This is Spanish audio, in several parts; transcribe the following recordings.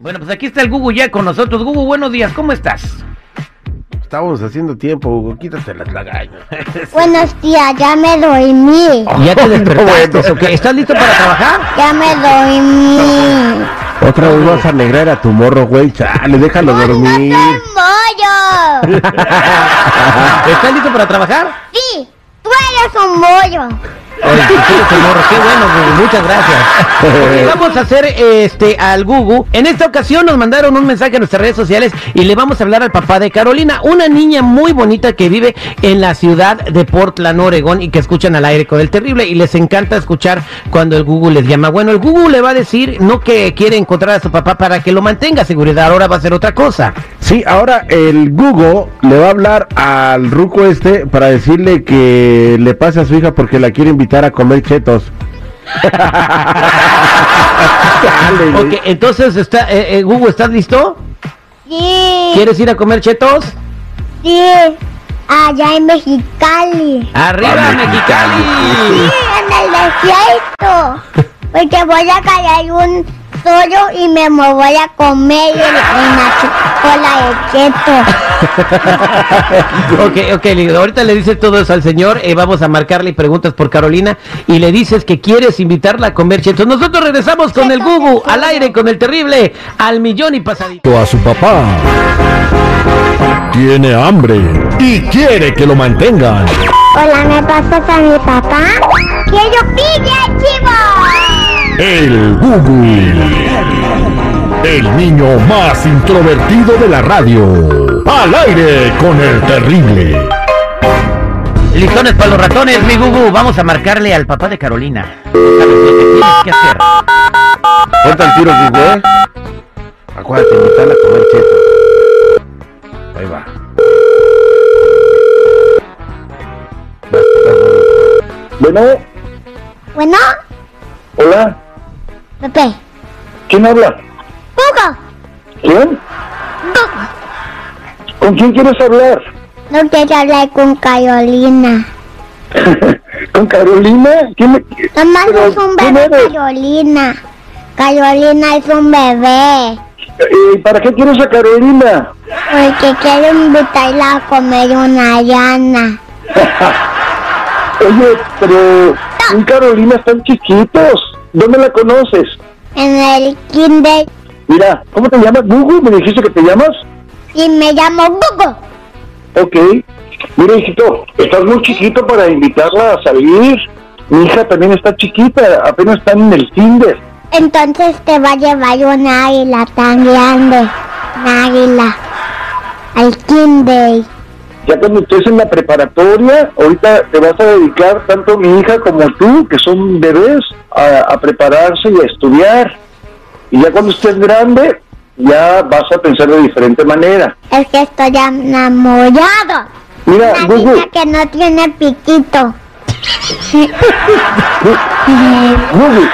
Bueno, pues aquí está el Gugu ya con nosotros. Gugu, buenos días, ¿cómo estás? Estamos haciendo tiempo, Hugo. Quítate las lagañas. Buenos días, ya me dormí. ¿Ya te no, despertaste? bueno. ok. ¿Estás listo para trabajar? Ya me dormí. Otra vez vas a negrar a tu morro, güey. Chale, déjalo dormir. ¡No soy mollo! ¿Estás listo para trabajar? Sí, tú eres un mollo. Oye, qué lindo, señor, qué bueno, Gugu, muchas gracias. Ok, vamos a hacer este al Gugu. En esta ocasión nos mandaron un mensaje a nuestras redes sociales y le vamos a hablar al papá de Carolina, una niña muy bonita que vive en la ciudad de Portland, Oregón, y que escuchan al aire con el terrible y les encanta escuchar cuando el Gugu les llama. Bueno, el Gugu le va a decir no que quiere encontrar a su papá para que lo mantenga seguridad, ahora va a hacer otra cosa. Sí, ahora el Gugo le va a hablar al ruco este para decirle que le pase a su hija porque la quiere invitar a comer chetos. Chale, güey. Ok, entonces está, eh, eh, Gugu, ¿estás listo? Sí, ¿Quieres ir a comer chetos? sí. Allá en Mexicali. Arriba Vamos, Mexicali. Sí, en el desierto. Porque voy a caer un solo y me mo- voy a comer en la chocola de cheto. ok, ok, le digo, ahorita le dices todo eso al señor, eh, vamos a marcarle preguntas por Carolina y le dices que quieres invitarla a comer chetos. Nosotros regresamos con el Chetos, Gugu, chetos. al aire, con el terrible, al millón y pasadito. a su papá. Tiene hambre y quiere que lo mantengan. Hola, ¿me pasas a mi papá? ¡Quiero pilla, chivo! El Google. El niño más introvertido de la radio. Al aire con el terrible. Listones para los ratones, mi Gugu, vamos a marcarle al papá de Carolina. ¿Sabes lo que tienes que hacer? Ponte al tiro, Gugo, ¿eh? Acuérdate, invitarla a comer chetos. Ahí va. Vas, vas, Gugo. Bueno, Bueno, hola, Pepe. ¿quién habla? Hugo, ¿Quién? Hugo. ¿Con quién quieres hablar? No quiero hablar con Carolina. ¿Con Carolina? ¿Quién me... Nomás Pero, es un ¿quién bebé eres? Carolina. Carolina es un bebé. Eh, ¿Para qué quieres a Carolina? Porque quiero invitarla a comer una llana. Oye, pero en Carolina están chiquitos. ¿Dónde la conoces? En el kinder. Mira, ¿cómo te llamas? ¿Google? ¿Me dijiste que te llamas? Y me llamo Bugo. Ok. Mira, hijito, estás muy chiquito para invitarla a salir. Mi hija también está chiquita, apenas están en el kinder. Entonces te va a llevar una águila tan grande. Una águila. Al kinder. Ya cuando estés en la preparatoria, ahorita te vas a dedicar tanto mi hija como tú, que son bebés, a, a prepararse y a estudiar. Y ya cuando estés grande, ya vas a pensar de diferente manera. Es que estoy enamorado. Mira, Una Gugu, niña que no tiene piquito. Gugu,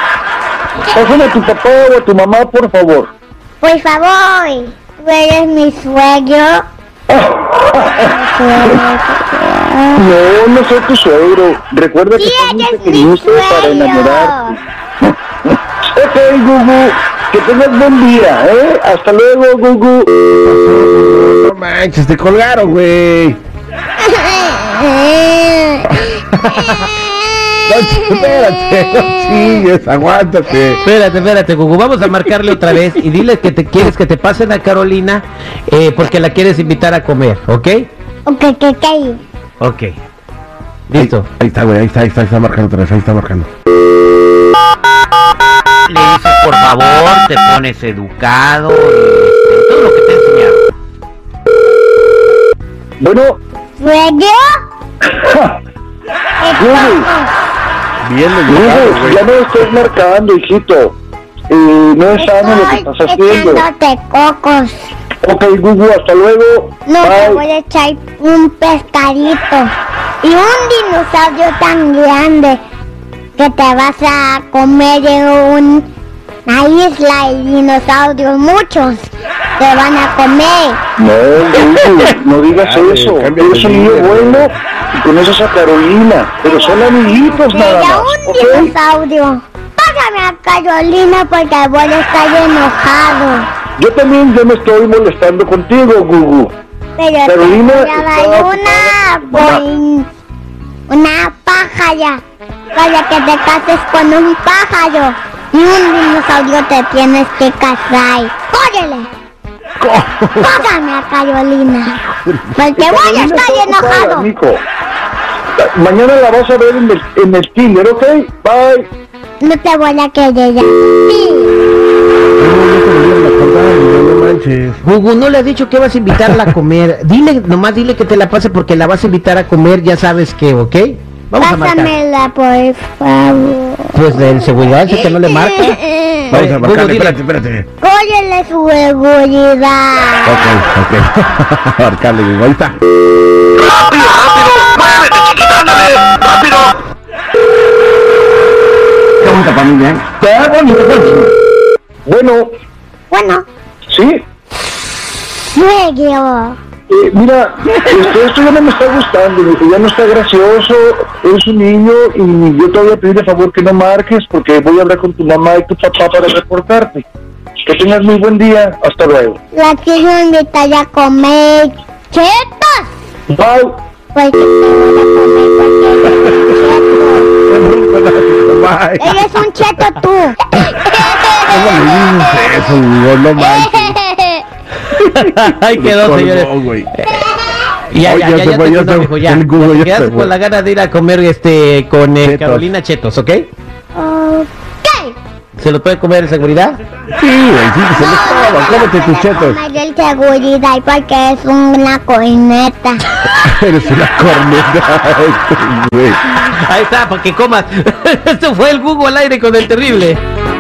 pásame a tu papá o a tu mamá, por favor. Por favor, tú eres mi suegro. No, no soy tu suegro. Recuerda que Sí, estás muy eres mi pequeñito para suegro. enamorarte. Ok, Gugu, que tengas buen día, ¿eh? Hasta luego, Gugu. No manches, te colgaron, güey. No, espérate, no sigues, aguántate. Espérate, espérate, Gugu, vamos a marcarle otra vez y dile que te quieres que te pasen a Carolina eh, porque la quieres invitar a comer, ¿ok? Ok, ok, ok. Ok. Listo. Ahí está, güey, ahí está, ahí está, ahí está marcando otra vez, ahí está marcando. le dices por favor, te pones educado, y este, todo lo que te he enseñado. Bueno, ¿Suegro? Gugu. Bien, Hugo, ya no estés marcando, hijito. Eh, no es sano lo que Estoy estás haciendo. echándote cocos. Ok, Google, hasta luego. No te Bye. voy a echar un pescadito y un dinosaurio tan grande que te vas a comer en un- una isla y dinosaurios muchos te van a comer. No, Google, no digas Dale, eso. cámbiate Eres un de niño líder, bueno y conoces a Carolina. Pero son amiguitos Pues nada Era más. un ¿ok? dinosaurio. Págame a Carolina porque voy a estar enojado. Yo también ya me estoy molestando contigo, Gugu. Pero Carolina te daban estaba una, ocupada con poi- una pájara para que te cases con un pájaro. Y un dinosaurio te tienes que casar. ¡Córrele! ¡Cógame a Carolina! Porque voy a Carolina estar está ocupada, enojado. mijo. Ta- Mañana la vas a ver en el, en el Tinder, ¿ok? Bye. No te voy a querer ya ya. te volvieron a contar, no manches. Gugu, no le has dicho que vas a invitarla a comer. Dile, nomás dile que te la pase porque la vas a invitar a comer, ya sabes que, ¿ok? Vamos a marcar. Pásamela, por favor. Pues de seguridad, ese que no le marca. Vamos a Gugu, dile. marcarle, espérate, espérate. Córrele su seguridad. Ok, ok. marcarle, Gugu, ahí está. ¡Rápido, rápido! ¡Muévete, chiquita, Bueno, Bueno, sí. luego. Eh, mira, este, esto ya no me está gustando, mijo, ya no está gracioso, es un niño y yo te voy a pedir de favor que no marques porque voy a hablar con tu mamá y tu papá para reportarte. Que tengas muy buen día, hasta luego. La quiero invitar a comer chetos. Bye. Porque te voy a comer porque eres un Bye. cheto. Eres pues, un cheto tú. ¿Cómo le dices eso, Gugu? No manches. Ahí quedó, Colgó, señores. güey. Ya, ya, Ay, ya ya, se ya, fue, te ya entiendo, se mijo, fue. ya. El Gugu ya Te quedaste se fue. con la gana de ir a comer este con eh, Chetos. Carolina Chetos, ¿ok? ok. ¿Se lo puede comer en seguridad? Sí, güey, sí, se les No, estaba. Cómete tus chetos. Comer el seguridad porque es una coineta. Eres una corneta, este güey. Ahí está, para que comas. Esto fue el Google al aire con el terrible.